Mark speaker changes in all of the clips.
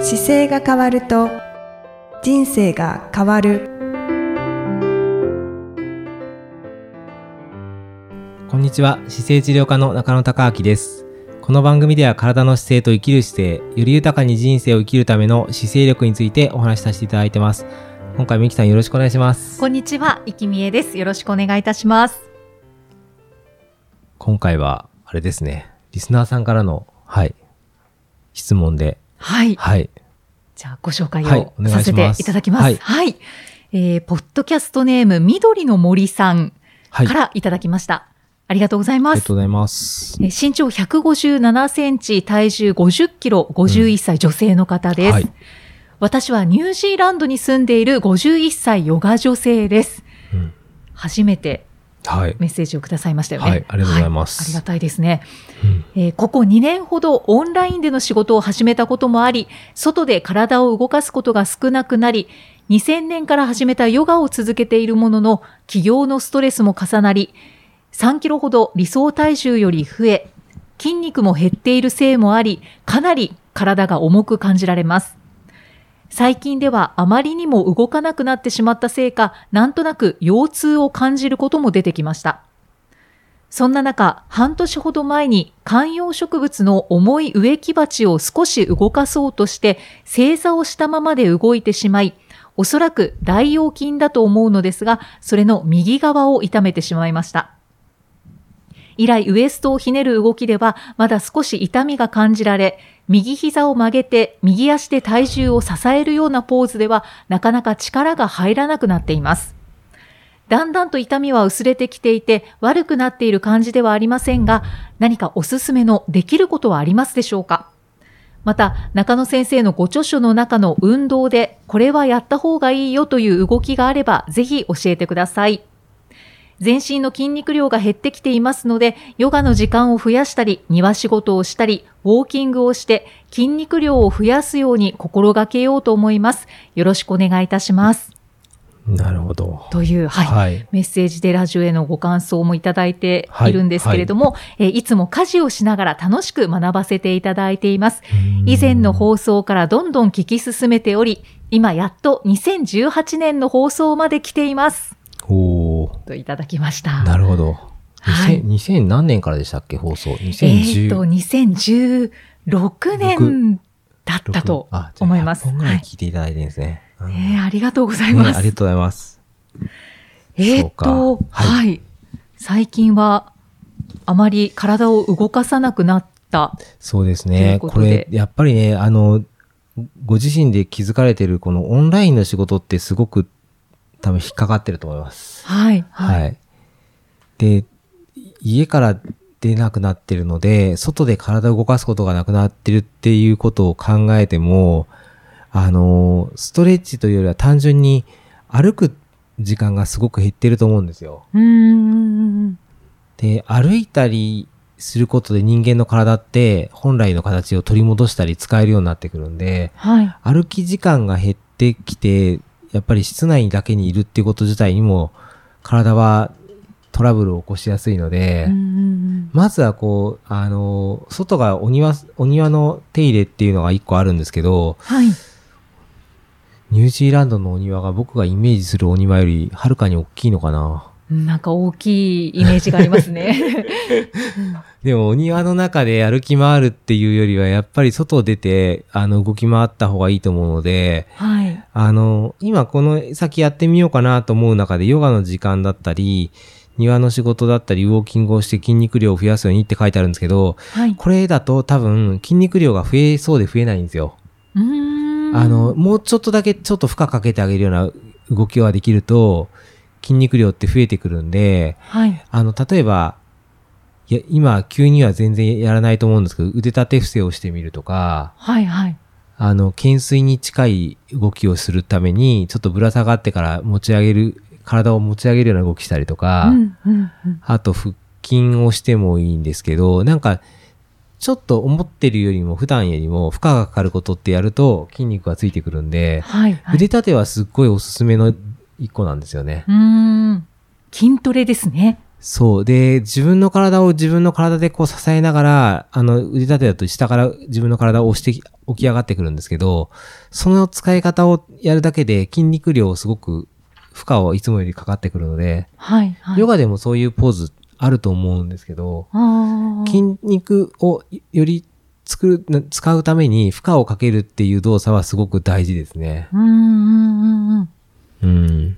Speaker 1: 姿勢が変わると人生が変わる
Speaker 2: こんにちは姿勢治療科の中野孝明ですこの番組では体の姿勢と生きる姿勢より豊かに人生を生きるための姿勢力についてお話しさせていただいてます今回みきさんよろしくお願いします
Speaker 3: こんにちは、いきみえです。よろしくお願いいたします。
Speaker 2: 今回はあれですねリスナーさんからのはい質問で
Speaker 3: はい。
Speaker 2: はい
Speaker 3: じゃあ、ご紹介
Speaker 2: はいお願い
Speaker 3: を
Speaker 2: しま
Speaker 3: さ
Speaker 2: す
Speaker 3: せていただきます。
Speaker 2: は
Speaker 3: はいい。えーポッドキャストネーム、緑の森さん
Speaker 2: はい
Speaker 3: からいただきました。ありがとうござい
Speaker 2: あ
Speaker 3: ま
Speaker 2: り
Speaker 3: す
Speaker 2: が。とうございます
Speaker 3: えー身長157センチ、体重50キロ、51歳女性の方です。
Speaker 2: はい
Speaker 3: 私はニュージーランドに住んでいる51歳ヨガ女性です。
Speaker 2: うん
Speaker 3: 初めて
Speaker 2: はい
Speaker 3: メッセージをくださいましたよね。
Speaker 2: はいありがとうございます
Speaker 3: はありがたいですね。
Speaker 2: うん
Speaker 3: えーここ2年ほどオンラインでの仕事を始めたこともあり、外で体を動かすことが少なくなり、2000年から始めたヨガを続けているものの、起業のストレスも重なり、3キロほど理想体重より増え、筋肉も減っているせいもあり、かなり体が重く感じられます。最近ではあまりにも動かなくなってしまったせいか、なんとなく腰痛を感じることも出てきました。そんな中、半年ほど前に観葉植物の重い植木鉢を少し動かそうとして、正座をしたままで動いてしまい、おそらく大腰筋だと思うのですが、それの右側を痛めてしまいました。以来、ウエストをひねる動きでは、まだ少し痛みが感じられ、右膝を曲げて、右足で体重を支えるようなポーズでは、なかなか力が入らなくなっています。だんだんと痛みは薄れてきていて、悪くなっている感じではありませんが、何かおすすめのできることはありますでしょうかまた、中野先生のご著書の中の運動で、これはやった方がいいよという動きがあれば、ぜひ教えてください。全身の筋肉量が減ってきていますので、ヨガの時間を増やしたり、庭仕事をしたり、ウォーキングをして、筋肉量を増やすように心がけようと思います。よろしくお願いいたします。
Speaker 2: なるほど
Speaker 3: という、はい。
Speaker 2: はい
Speaker 3: メッセージでラジオへのご感想もいただいているんですけれども、いえーいつも家事をしながら楽しく学ばせていただいています。以前の放送からどんどん聞き進めており、今やっと2018年の放送まで来ています。
Speaker 2: おー
Speaker 3: といただきました。
Speaker 2: なるほど。
Speaker 3: はい
Speaker 2: 2000 2000何年からでしたっけ放送。
Speaker 3: えーと、
Speaker 2: 2010
Speaker 3: 2016年だったと思います。
Speaker 2: あじゃあ100本ぐら
Speaker 3: はいい
Speaker 2: 聞いていただいてるんですね。うん
Speaker 3: えーありがとうござい
Speaker 2: ねあ
Speaker 3: ま
Speaker 2: り
Speaker 3: す。
Speaker 2: がとうございます。
Speaker 3: えーっ
Speaker 2: そう
Speaker 3: と、
Speaker 2: か
Speaker 3: はい、最近はあまり体を動かさなくなった。
Speaker 2: そうです
Speaker 3: とい
Speaker 2: ね。
Speaker 3: うこ
Speaker 2: こと
Speaker 3: で
Speaker 2: れ、やっぱりね、あの、ご自身で気づかれてるこのオンラインの仕事ってすごく多分引っかかってると思います。
Speaker 3: はい。
Speaker 2: はい。で、家から出なくなってるので、外で体を動かすことがなくなってるっていうことを考えても、あの、ストレッチというよりは単純に歩く時間がすごく減ってると思うんですよ。
Speaker 3: うーん。
Speaker 2: で、歩いたりすることで人間の体って本来の形を取り戻したり使えるようになってくるんで、
Speaker 3: はい。
Speaker 2: 歩き時間が減ってきて、やっぱり室内だけにいるっていうこと自体にも体はトラブルを起こしやすいので、
Speaker 3: うーん
Speaker 2: まずはこう、あの、外がお庭、お庭の手入れっていうのが一個あるんですけど、
Speaker 3: はい。
Speaker 2: ニュージーランドのお庭が僕がイメージするお庭よりはるかに大きいのかな。
Speaker 3: なんか大きいイメージがありますね。
Speaker 2: でもお庭の中で歩き回るっていうよりは、やっぱり外を出て、あの、動き回った方がいいと思うので、
Speaker 3: はい。
Speaker 2: あの、今この先やってみようかなと思う中で、ヨガの時間だったり、庭の仕事だったり、ウォーキングをして筋肉量を増やすようにって書いてあるんですけど、
Speaker 3: はい。
Speaker 2: これだと多分筋肉量が増えそうで増えないんですよ。
Speaker 3: うーん
Speaker 2: あの、、もうちょっとだけちょっと負荷かけてあげるような動きができると、筋肉量って増えてくるんで、
Speaker 3: はい。
Speaker 2: あの、例えば、いや、今、急には全然やらないと思うんですけど、腕立て伏せをしてみるとか、
Speaker 3: はい。はい。
Speaker 2: あの、懸垂に近い動きをするために、ちょっとぶら下がってから持ち上げる、体を持ち上げるような動きしたりとか、
Speaker 3: うんうんうん
Speaker 2: あと腹筋をしてもいいんですけど、なんか、ちょっと思ってるよりも、普段よりも負荷がかかることってやると筋肉がついてくるんで、
Speaker 3: はい。はい。
Speaker 2: 腕立てはすっごいおすすめの一個なんですよね。
Speaker 3: うーん。筋トレですね。
Speaker 2: そう。で、自分の体を自分の体でこう支えながら、あの、腕立てだと下から自分の体を押してき起き上がってくるんですけど、その使い方をやるだけで筋肉量をすごく負荷をいつもよりかかってくるので、
Speaker 3: はい、はい。
Speaker 2: ヨガでもそういうポーズあると思うんですけど、
Speaker 3: あー
Speaker 2: 筋肉をより作る、使うために負荷をかけるっていう動作はすごく大事ですね。
Speaker 3: うんうんうんうん。
Speaker 2: うん。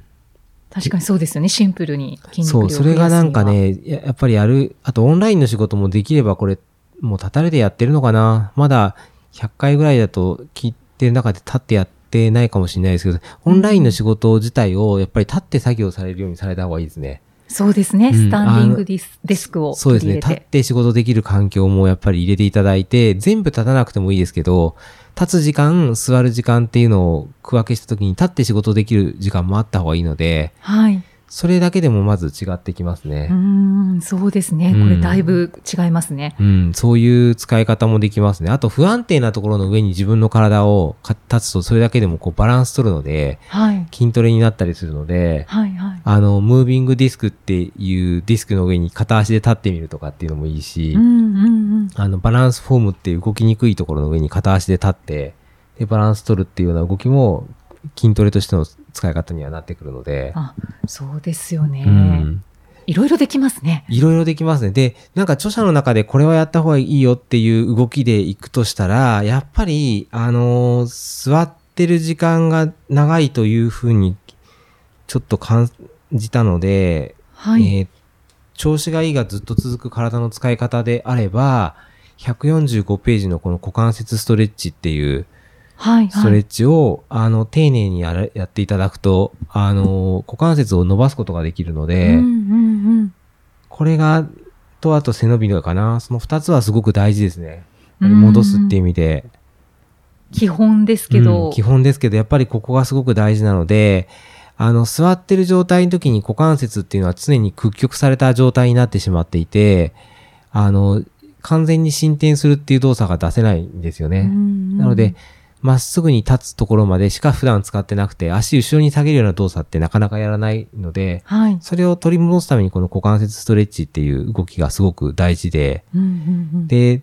Speaker 3: 確かにそうですよね。シンプルに筋肉量
Speaker 2: そう、
Speaker 3: を
Speaker 2: そ
Speaker 3: 増やす
Speaker 2: れ
Speaker 3: には
Speaker 2: がなんか。ね、ややっぱりやる、あとオンラインの仕事もできればこれ、もう立たれてやってるのかなまだ100回ぐらいだと聞いてる中で立ってやってないかもしれないですけど、オンラインの仕事自体をやっぱり立って作業されるようにされた方がいいですね。
Speaker 3: そうですね。
Speaker 2: うん
Speaker 3: スタンディングディスデスクを
Speaker 2: そう
Speaker 3: 取
Speaker 2: です
Speaker 3: り入
Speaker 2: ね。
Speaker 3: れ。
Speaker 2: 立ってて仕事できる環境もやっぱり入れていただいて、全部立たなくてもいいですけど、立つ時間、座る時間っていうのを区分けした時に立って仕事できる時間もあった方がいいので、
Speaker 3: はい。
Speaker 2: それだけでもまず違ってきますね。
Speaker 3: うん、そうですね。こ
Speaker 2: う
Speaker 3: れ
Speaker 2: ん
Speaker 3: だいぶ違いますね。
Speaker 2: うん、そういう使い方もできますね。あと不安定なところの上に自分の体をか立つとそれだけでもこうバランス取るので
Speaker 3: はい。
Speaker 2: 筋トレになったりするので、
Speaker 3: はいはい。
Speaker 2: あの、ムービングディスクっていうディスクの上に片足で立ってみるとかっていうのもいいし、
Speaker 3: うんうんうん。
Speaker 2: あの、バランスフォームっていう動きにくいところの上に片足で立って、で、バランス取るっていうような動きも筋トレとしての使い方にはなってくるので、
Speaker 3: あ、そうですよね。
Speaker 2: うん。
Speaker 3: いろいろできますね。
Speaker 2: いろいろできますね。で、なんか著者の中でこれはやった方がいいよっていう動きでいくとしたら、やっぱり、あのー座ってる時間が長いというふうに、ちょっと感じたので、
Speaker 3: はい。
Speaker 2: えー調子がいいがずっと続く体の使い方であれば、145ページのこの股関節ストレッチっていう
Speaker 3: はい
Speaker 2: スト
Speaker 3: は
Speaker 2: レ
Speaker 3: い。
Speaker 2: ッチを、あの、丁寧にやらやっていただくと、あのー股関節を伸ばすことができるの
Speaker 3: うん
Speaker 2: で、
Speaker 3: うんうん。
Speaker 2: これが、とあと背伸びのかな。その二つはすごく大事ですね。
Speaker 3: うん
Speaker 2: 戻すっていう意味で。
Speaker 3: 基本ですけ
Speaker 2: う
Speaker 3: ど
Speaker 2: ん、基本ですけど、やっぱりここがすごく大事なので、あの、座ってる状態の時に股関節っていうのは常に屈曲された状態になってしまっていて、あの、完全に進展するっていう動作が出せないんですよね。な
Speaker 3: な
Speaker 2: ので、、まっすぐに立つところまでしか普段使ってなくて、足後ろに下げるような動作ってなかなかやらないので、
Speaker 3: はい。
Speaker 2: それを取り戻すためにこの股関節ストレッチっていう動きがすごく大事で、
Speaker 3: うんうんうん
Speaker 2: で、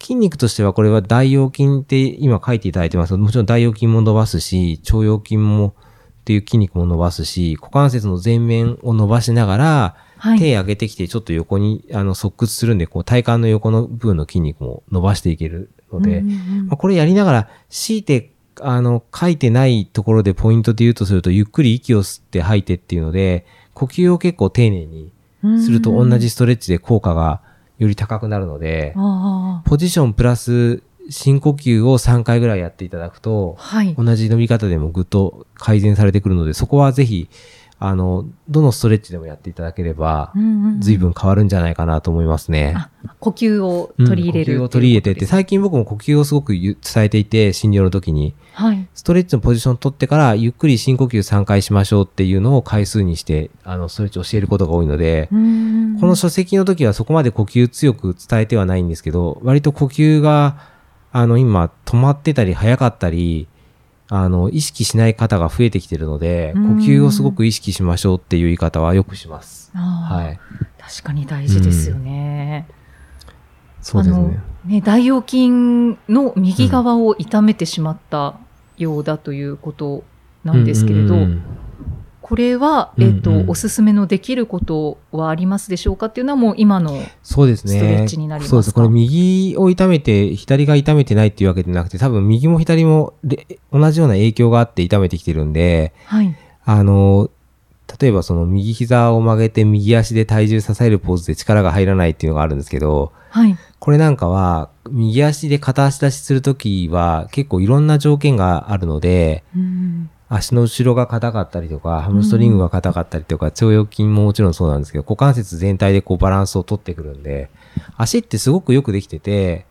Speaker 2: 筋肉としてはこれは大腰筋って今書いていただいてますけどもちろん大腰筋も伸ばすし、腸腰筋もっていう筋肉も伸ばすし、股関節の前面を伸ばしながら、
Speaker 3: はい
Speaker 2: 手上げてきてちょっと横にあの側屈するんで、こう体幹の横の部分の筋肉も伸ばしていけるので、
Speaker 3: うんうんうん
Speaker 2: まあ、これやりながら、強いて、あの、書いてないところでポイントで言うとすると、ゆっくり息を吸って吐いてっていうので、呼吸を結構丁寧にすると同じストレッチで効果がより高くなるので、
Speaker 3: あ
Speaker 2: ポジションプラス深呼吸を3回ぐらいやっていただくと
Speaker 3: あ、、はい。
Speaker 2: 同じ伸び方でもぐっと改善されてくるので、そこはぜひ、あの、どのストレッチでもやっていただければ、随分変わるんじゃないかなと思いますね。
Speaker 3: あ、呼吸を取り入れる、
Speaker 2: うん呼吸を取り入れてって、最近僕も呼吸をすごく言う伝えていて、診療の時に、
Speaker 3: はい。
Speaker 2: ストレッチのポジションを取ってから、ゆっくり深呼吸3回しましょうっていうのを回数にして、あの、ストレッチを教えることが多いので、この書籍の時はそこまで呼吸強く伝えてはないんですけど、割と呼吸が、あの、今、止まってたり、早かったり、あの、意識しない方が増えてきてるので、呼
Speaker 3: うん
Speaker 2: 吸をすごく意識しましょうっていう言い方はよくします。は。
Speaker 3: はい確かに大事ですよね。
Speaker 2: そうですね。
Speaker 3: あのね大腰筋の右側を痛めてしまったようだということなんですけれど、
Speaker 2: うんうんうん
Speaker 3: これは、
Speaker 2: うん
Speaker 3: え
Speaker 2: う
Speaker 3: っ、
Speaker 2: ん
Speaker 3: と、おすすめのできることはありますでしょうかっていうのはもう今の、
Speaker 2: そうですね。
Speaker 3: ストレッチになりますか
Speaker 2: そうです。これ右を痛めて、左が痛めてないっていうわけじゃなくて、多分右も左もで同じような影響があって痛めてきてるんで、
Speaker 3: はい。
Speaker 2: あの、例えばその右膝を曲げて右足で体重支えるポーズで力が入らないっていうのがあるんですけど、
Speaker 3: はい。
Speaker 2: これなんかは、右足で片足出しするときは結構いろんな条件があるので、
Speaker 3: うん
Speaker 2: 足の後ろが硬かったりとか、ハムストリングが硬かったりとか、腸腰筋ももちろんそうなんですけど、股関節全体でこうバランスを取ってくるんで、足ってすごくよくできてて、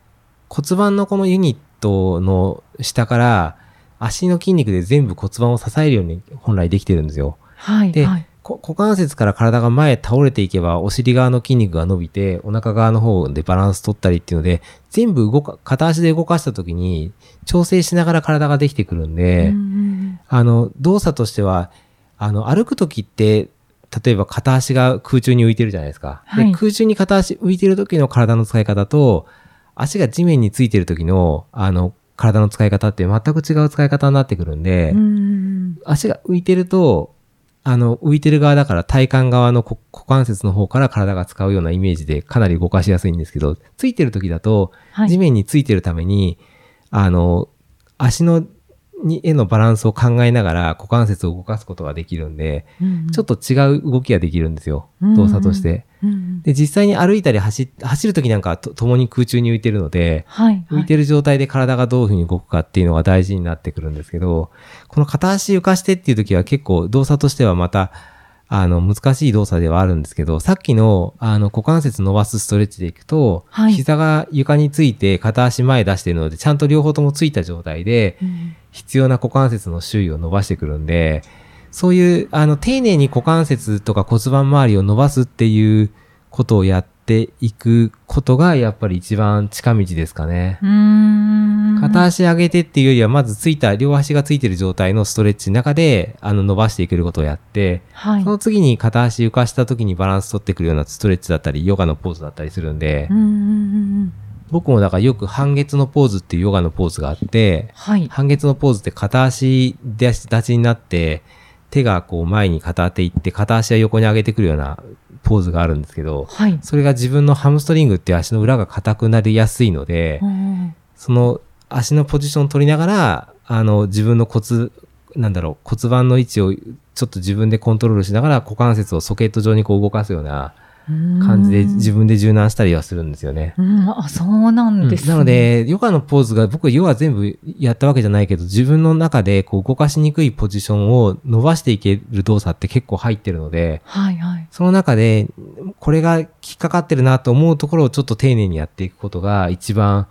Speaker 2: 骨盤のこのユニットの下から、足の筋肉で全部骨盤を支えるように本来できてるんですよ。
Speaker 3: はい。
Speaker 2: で
Speaker 3: はい。
Speaker 2: こ股関節から体が前へ倒れていけば、お尻側の筋肉が伸びて、お腹側の方でバランス取ったりっていうので、全部動か、片足で動かした時に、調整しながら体ができてくるんで、
Speaker 3: うんうんうん
Speaker 2: あの、動作としては、あの、歩くときって、例えば片足が空中に浮いてるじゃないですか。で
Speaker 3: はい
Speaker 2: 空中に片足浮いてる時の体の使い方と、足が地面についてる時の、あの、体の使い方って全く違う使い方になってくるんで、
Speaker 3: うん
Speaker 2: 足が浮いてると、あの、浮いてる側だから体幹側の股股関節の方から体が使うようなイメージでかなり動かしやすいんですけど、ついてる時だと、
Speaker 3: は
Speaker 2: 地
Speaker 3: い。
Speaker 2: 面についてるために、あの、足の、に、へのバランスを考えながら股関節を動かすことができるんで、ちょっ
Speaker 3: と
Speaker 2: と違う動きができるんですよ。
Speaker 3: うん
Speaker 2: 動作として。
Speaker 3: 浮
Speaker 2: で、実際に歩いたり走っ、走るときなんかはと共に空中に浮いてるので、浮いてる状態で体がどういうふうに動くかっていうのが大事になってくるんですけど、この片足浮かしてっていう時は結構動作としてはまた、あの、難しい動作ではあるんですけど、さっきの、あの、股関節伸ばすストレッチでいくと、
Speaker 3: はい
Speaker 2: 膝が床について片足前出してるので、ちゃんと両方ともついた状態で、必要な股関節の周囲を伸ばしてくるんで、そういう、あの、丁寧に股関節とか骨盤周りを伸ばすっていうことをやっていくことが、やっぱり一番近道ですかね。片
Speaker 3: 片
Speaker 2: 足上げてっていうよりは、まずついた、両足がついてる状態のストレッチの中で、あの、伸ばしていけることをやって、
Speaker 3: はい
Speaker 2: その次に片足浮かした時にバランス取ってくるようなストレッチだったり、ヨガのポーズだったりするんで
Speaker 3: う、んうんうんうん
Speaker 2: 僕もだからよく半月のポーズっていうヨガのポーズがあって、
Speaker 3: はい。
Speaker 2: 半月のポーズって片足出し立ちになって、手がこう前に片手いって、片足は横に上げてくるようなポーズがあるんですけど、
Speaker 3: はい。
Speaker 2: それが自分のハムストリングっていう足の裏が硬くなりやすいので、
Speaker 3: うん
Speaker 2: その足のポジションを取りながら、あの、自分の骨、なんだろう、骨盤の位置をちょっと自分でコントロールしながら、股関節をソケット状にこう動かすような感じで自分で柔軟したりはするんですよね。
Speaker 3: うん、あ、そうなんで
Speaker 2: う
Speaker 3: す、
Speaker 2: んなの、で、ヨガのポーズが、僕、ヨガ全部やったわけじゃないけど、自分の中でこう動かしにくいポジションを伸ばしていける動作って結構入ってるので、
Speaker 3: はいはい。
Speaker 2: その中で、これが引っかかってるなと思うところをちょっと丁寧にやっていくことが、一番、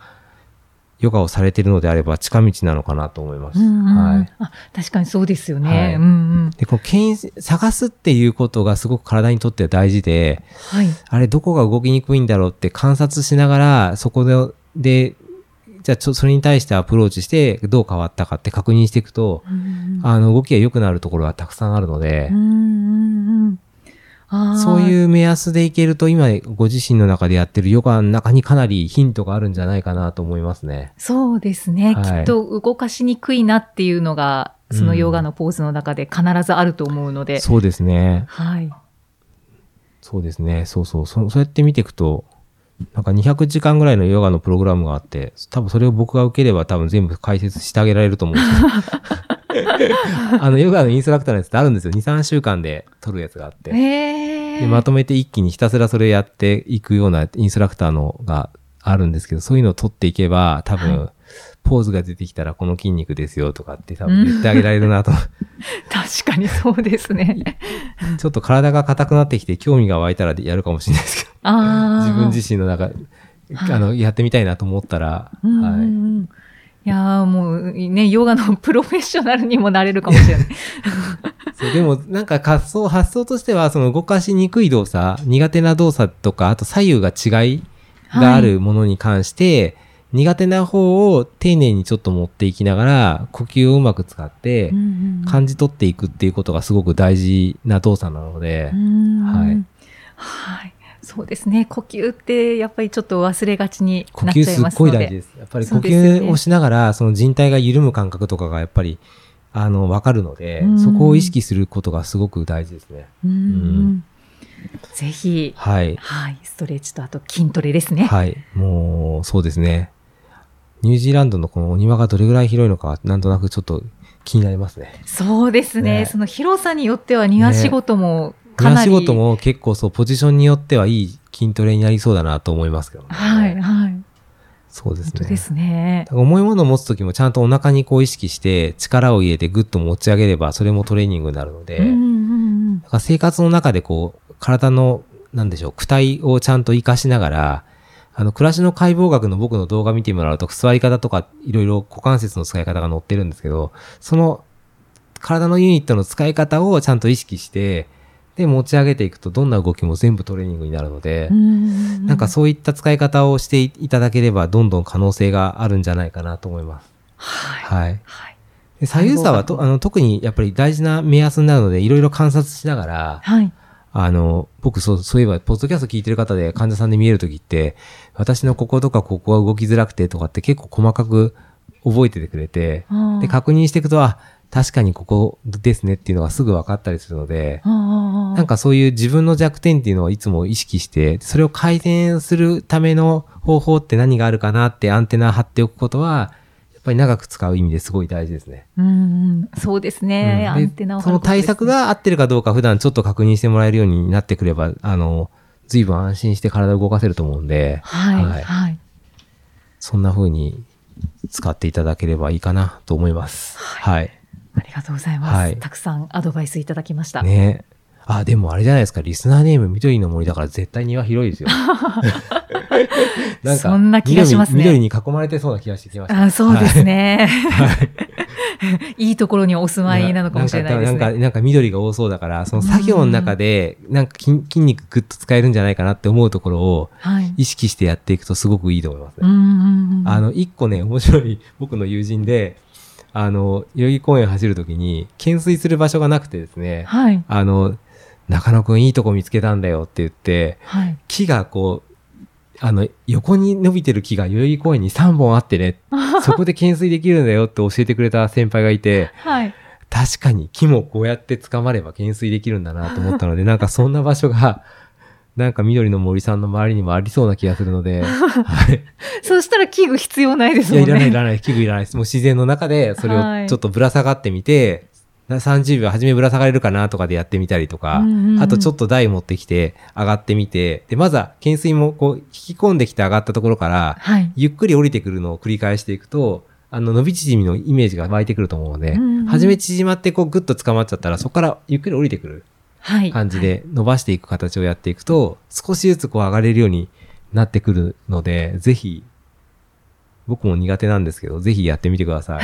Speaker 2: ヨガをされているのであれば、近道なのかなと思います。
Speaker 3: うんうん
Speaker 2: はい。
Speaker 3: あ確かにそうですよね。
Speaker 2: はい
Speaker 3: うんうん、
Speaker 2: で、この牽引、探すっていうことがすごく体にとっては大事で、
Speaker 3: はい。
Speaker 2: あれどこが動きにくいんだろうって観察しながら、そこで、で、じゃあちょ、それに対してアプローチして、どう変わったかって確認していくと、
Speaker 3: うん
Speaker 2: あの、動きが良くなるところはたくさんあるので
Speaker 3: うん、うんうんあー
Speaker 2: そういう目安でいけると、今、ご自身の中でやってるヨガの中にかなりヒントがあるんじゃないかなと思いますね。
Speaker 3: そうですね、
Speaker 2: はい
Speaker 3: きっと動かしにくいなっていうのが、そのヨガのポーズの中で必ずあると思うので。
Speaker 2: そうですね。
Speaker 3: はい。
Speaker 2: そうですね。そうそう。そそうやって見ていくと、なんか200時間ぐらいのヨガのプログラムがあって、多分それを僕が受ければ多分全部解説してあげられると思うんですよ。あの、ヨガのインストラクターのやつってあるんですよ。2、3週間で取るやつがあって。
Speaker 3: え
Speaker 2: でまとめて一気にひたすらそれをやっていくようなインストラクターのがあるんですけど、そういうのを取っていけば、多分、ポーズが出てきたらこの筋肉ですよとかって多分言ってあげられるな と。
Speaker 3: 確かにそうです ね。
Speaker 2: ちょっと体が硬くなってきて興味が湧いたらでやるかもしれないですけど。
Speaker 3: ああ。
Speaker 2: 自分自身の中、
Speaker 3: はい
Speaker 2: あの、やってみたいなと思ったら、
Speaker 3: うんう
Speaker 2: はい。
Speaker 3: んうんいやーもうね、ヨガのプロフェッショナルにもなれるかもしれない。
Speaker 2: そうでも、なんか発想、発想としては、その動かしにくい動作、苦手な動作とか、あと左右が違いがあるものに関して、苦手な方を丁寧にちょっと持っていきながら、呼吸をうまく使って
Speaker 3: うん、うんうん
Speaker 2: 感じ取っていくっていうことがすごく大事な動作なので、
Speaker 3: は
Speaker 2: はい。
Speaker 3: はい。そうですね。呼吸ってやっぱりちょっと忘れがちに
Speaker 2: 呼
Speaker 3: なっち
Speaker 2: 吸
Speaker 3: ゃい
Speaker 2: す
Speaker 3: ま
Speaker 2: っ
Speaker 3: す
Speaker 2: ご
Speaker 3: の
Speaker 2: い
Speaker 3: で。
Speaker 2: 大事です。やっぱり呼
Speaker 3: そうですよ
Speaker 2: 吸
Speaker 3: ね
Speaker 2: をしながら、その人体が緩む感覚とかがやっぱり、あの、わかるので
Speaker 3: う、ん
Speaker 2: そこを意識することがすごく大事ですね。
Speaker 3: うんうん
Speaker 2: う
Speaker 3: ぜひ、
Speaker 2: はい。
Speaker 3: はい、ストレッチとあと筋トレです ね。
Speaker 2: はい。もう、そうですね。ニュージーランドのこのお庭がどれぐらい広いのかは、なんとなくちょっと気になりますね。
Speaker 3: そうですね
Speaker 2: ね
Speaker 3: その広さによっては庭仕事もか
Speaker 2: 庭
Speaker 3: な
Speaker 2: 仕
Speaker 3: り、
Speaker 2: 事も結構そう、ポジションによってはいい筋トレになりそうだなと思いますけどね。
Speaker 3: はい、はい。
Speaker 2: そうです
Speaker 3: 本当
Speaker 2: ね。
Speaker 3: ですね
Speaker 2: だ。から重いものを持つときもちゃんとお腹にこう意識して力を入れてグッと持ち上げればそれもトレーニングになるので、
Speaker 3: うんうんうん
Speaker 2: だから生活の中でこう、体の、なんでしょう、躯体をちゃんと活かしながら、あの、暮らしの解剖学の僕の動画見てもらうと、座り方とか、いろいろ股関節の使い方が載ってるんですけど、その、体のユニットの使い方をちゃんと意識して、で、持ち上げていくと、どんな動きも全部トレーニングになるので、
Speaker 3: うんうんうん
Speaker 2: なんかそういった使い方をしていただければ、どんどん可能性があるんじゃないかなと思います。
Speaker 3: はい。
Speaker 2: はい。
Speaker 3: はい。
Speaker 2: で左右差はとあの特にやっぱり大事な目安になるので、いろいろ観察しながら、
Speaker 3: はい。
Speaker 2: あの、僕そう、そういえば、ポッドキャスト聞いてる方で患者さんで見えるときって、私のこことかここが動きづらくてとかって結構細かく覚えててくれて、
Speaker 3: あ
Speaker 2: で、
Speaker 3: ー
Speaker 2: 確認していくと、あ、確かにここですねっていうのがすぐ分かったりするので、
Speaker 3: あーあーあー
Speaker 2: なんかそういう自分の弱点っていうのをいつも意識して、それを改善するための方法って何があるかなってアンテナ張っておくことは、やっぱり長く使う意味ですごい大事ですね。
Speaker 3: うん、そうですね。ア
Speaker 2: うんで
Speaker 3: ンテナを張
Speaker 2: そ
Speaker 3: る
Speaker 2: の
Speaker 3: ことですね
Speaker 2: 対策が合ってるかどうか普段ちょっと確認してもらえるようになってくれば、あの、随分安心して体を動かせると思うんで、
Speaker 3: は、
Speaker 2: はいい
Speaker 3: はい。
Speaker 2: そんな風に使っていただければいいかなと思います。はい。
Speaker 3: ありがとうございます、
Speaker 2: はい
Speaker 3: たくさんアドバイスいただきました。
Speaker 2: ねあ、でもあれじゃないですか。リスナーネーム緑の森だから絶対庭広い ですよ。なんか、
Speaker 3: そんな気がしますね
Speaker 2: 緑に緑に囲まれてそうな気がしてきました。
Speaker 3: あそうですね。い、いところにお住まいなのかもしれないです
Speaker 2: んかん
Speaker 3: ね。
Speaker 2: か、なんか緑が多そうだから、その作業の中で、なんか筋筋肉グッと使えるんじゃないかなって思うところを
Speaker 3: はい。
Speaker 2: 意識してやっていくとすごくいいと思います
Speaker 3: う
Speaker 2: ね。
Speaker 3: んうんうん。
Speaker 2: あの、一個ね、面白い僕の友人で、あの、代々木公園走るときに、懸垂する場所がなくてですね、
Speaker 3: はい。
Speaker 2: あの、中野くんいいとこ見つけたんだよって言って、
Speaker 3: はい。
Speaker 2: 木がこう、あの、横に伸びてる木が代々木公園に3本あってね、そこで懸垂できるんだよって教えてくれた先輩がいて、
Speaker 3: はい。
Speaker 2: 確かに木もこうやって掴まれば懸垂できるんだなと思ったので、なんかそんな場所が、なんか緑の森さんの周りにもありそうな気がするので、はい。
Speaker 3: そしたら器具必要ないです
Speaker 2: いや、
Speaker 3: も
Speaker 2: い
Speaker 3: ん
Speaker 2: ら
Speaker 3: ね。
Speaker 2: ない、いらない、器具いらないです。もう自然の中で、それ
Speaker 3: はい
Speaker 2: をちょっとぶら下がってみて、な30秒、初めぶら下がれるかなとかでやってみたりとか、
Speaker 3: うんうんうん
Speaker 2: あとちょっと台持ってきて、上がってみて、で、まずは、懸垂もこう、引き込んできて上がったところから、
Speaker 3: はい。
Speaker 2: ゆっくり降りてくるのを繰り返していくと、あの、伸び縮みのイメージが湧いてくると思うので、
Speaker 3: うんうんうん
Speaker 2: 初め縮まってこう、ぐっと捕まっちゃったら、そこからゆっくり降りてくる
Speaker 3: はい。
Speaker 2: 感じで伸ばしていく形をやっていくと、少しずつこう上がれるようになってくるので、ぜひ、僕も苦手なんですけど、ぜひやってみてくだ さい。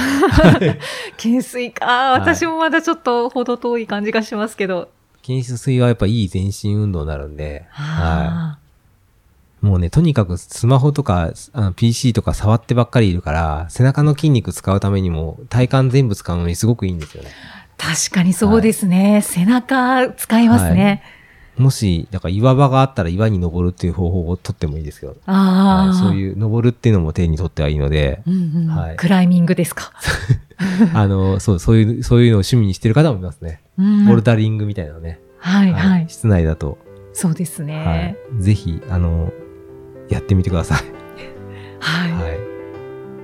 Speaker 3: 懸垂か。
Speaker 2: はい
Speaker 3: 私もまだちょっとほど遠い感じがしますけど。
Speaker 2: 筋出水はやっぱいい全身運動になるんで、は
Speaker 3: あ
Speaker 2: い。もうね、とにかくスマホとかあの PC とか触ってばっかりいるから、背中の筋肉使うためにも体幹全部使うのにすごくいいんですよね。
Speaker 3: ー確かにそうですね。背中使いますね。
Speaker 2: もし、だから岩場があったら岩に登るっていう方法をとってもいいですけど、
Speaker 3: ああ、
Speaker 2: はいそういう登るっていうのも手にとってはいいので、
Speaker 3: うんうん
Speaker 2: はい
Speaker 3: クライミングですか。
Speaker 2: あの、そう、そういう、そういうのを趣味にしてる方もいますね。
Speaker 3: うん
Speaker 2: ボルダリングみたいなのね。
Speaker 3: はい
Speaker 2: は
Speaker 3: はいい。
Speaker 2: 室内だと、
Speaker 3: そうですね。
Speaker 2: はい。ぜひ、あの、やってみてください。
Speaker 3: はい。
Speaker 2: はい。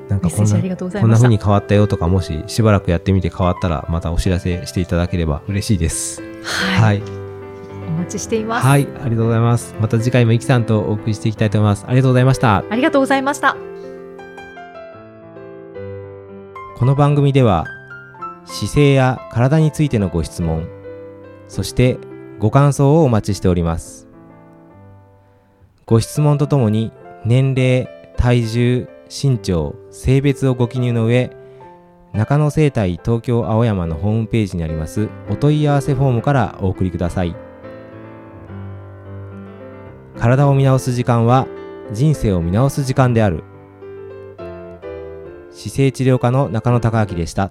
Speaker 2: なんか
Speaker 3: メッセ
Speaker 2: こ
Speaker 3: ー
Speaker 2: ん
Speaker 3: ジあ
Speaker 2: な
Speaker 3: りがとうござい
Speaker 2: こん
Speaker 3: ま
Speaker 2: な
Speaker 3: した
Speaker 2: 風に変わったよとか、もししばらくやってみて変わったら、またお知らせしていただければ嬉しいです。
Speaker 3: は。
Speaker 2: はいい。
Speaker 3: お待ちしています。
Speaker 2: はい。ありがとうございます。また次回もイキさんとお送りしていきたいと思います。ありがとうございました。
Speaker 3: ありがとうございました。
Speaker 2: この番組では姿勢や体についてのご質問そしてご感想をお待ちしておりますご質問とともに年齢体重身長性別をご記入の上中野生態東京青山のホームページにありますお問い合わせフォームからお送りください体を見直す時間は人生を見直す時間である姿勢治療科の中野孝明でした。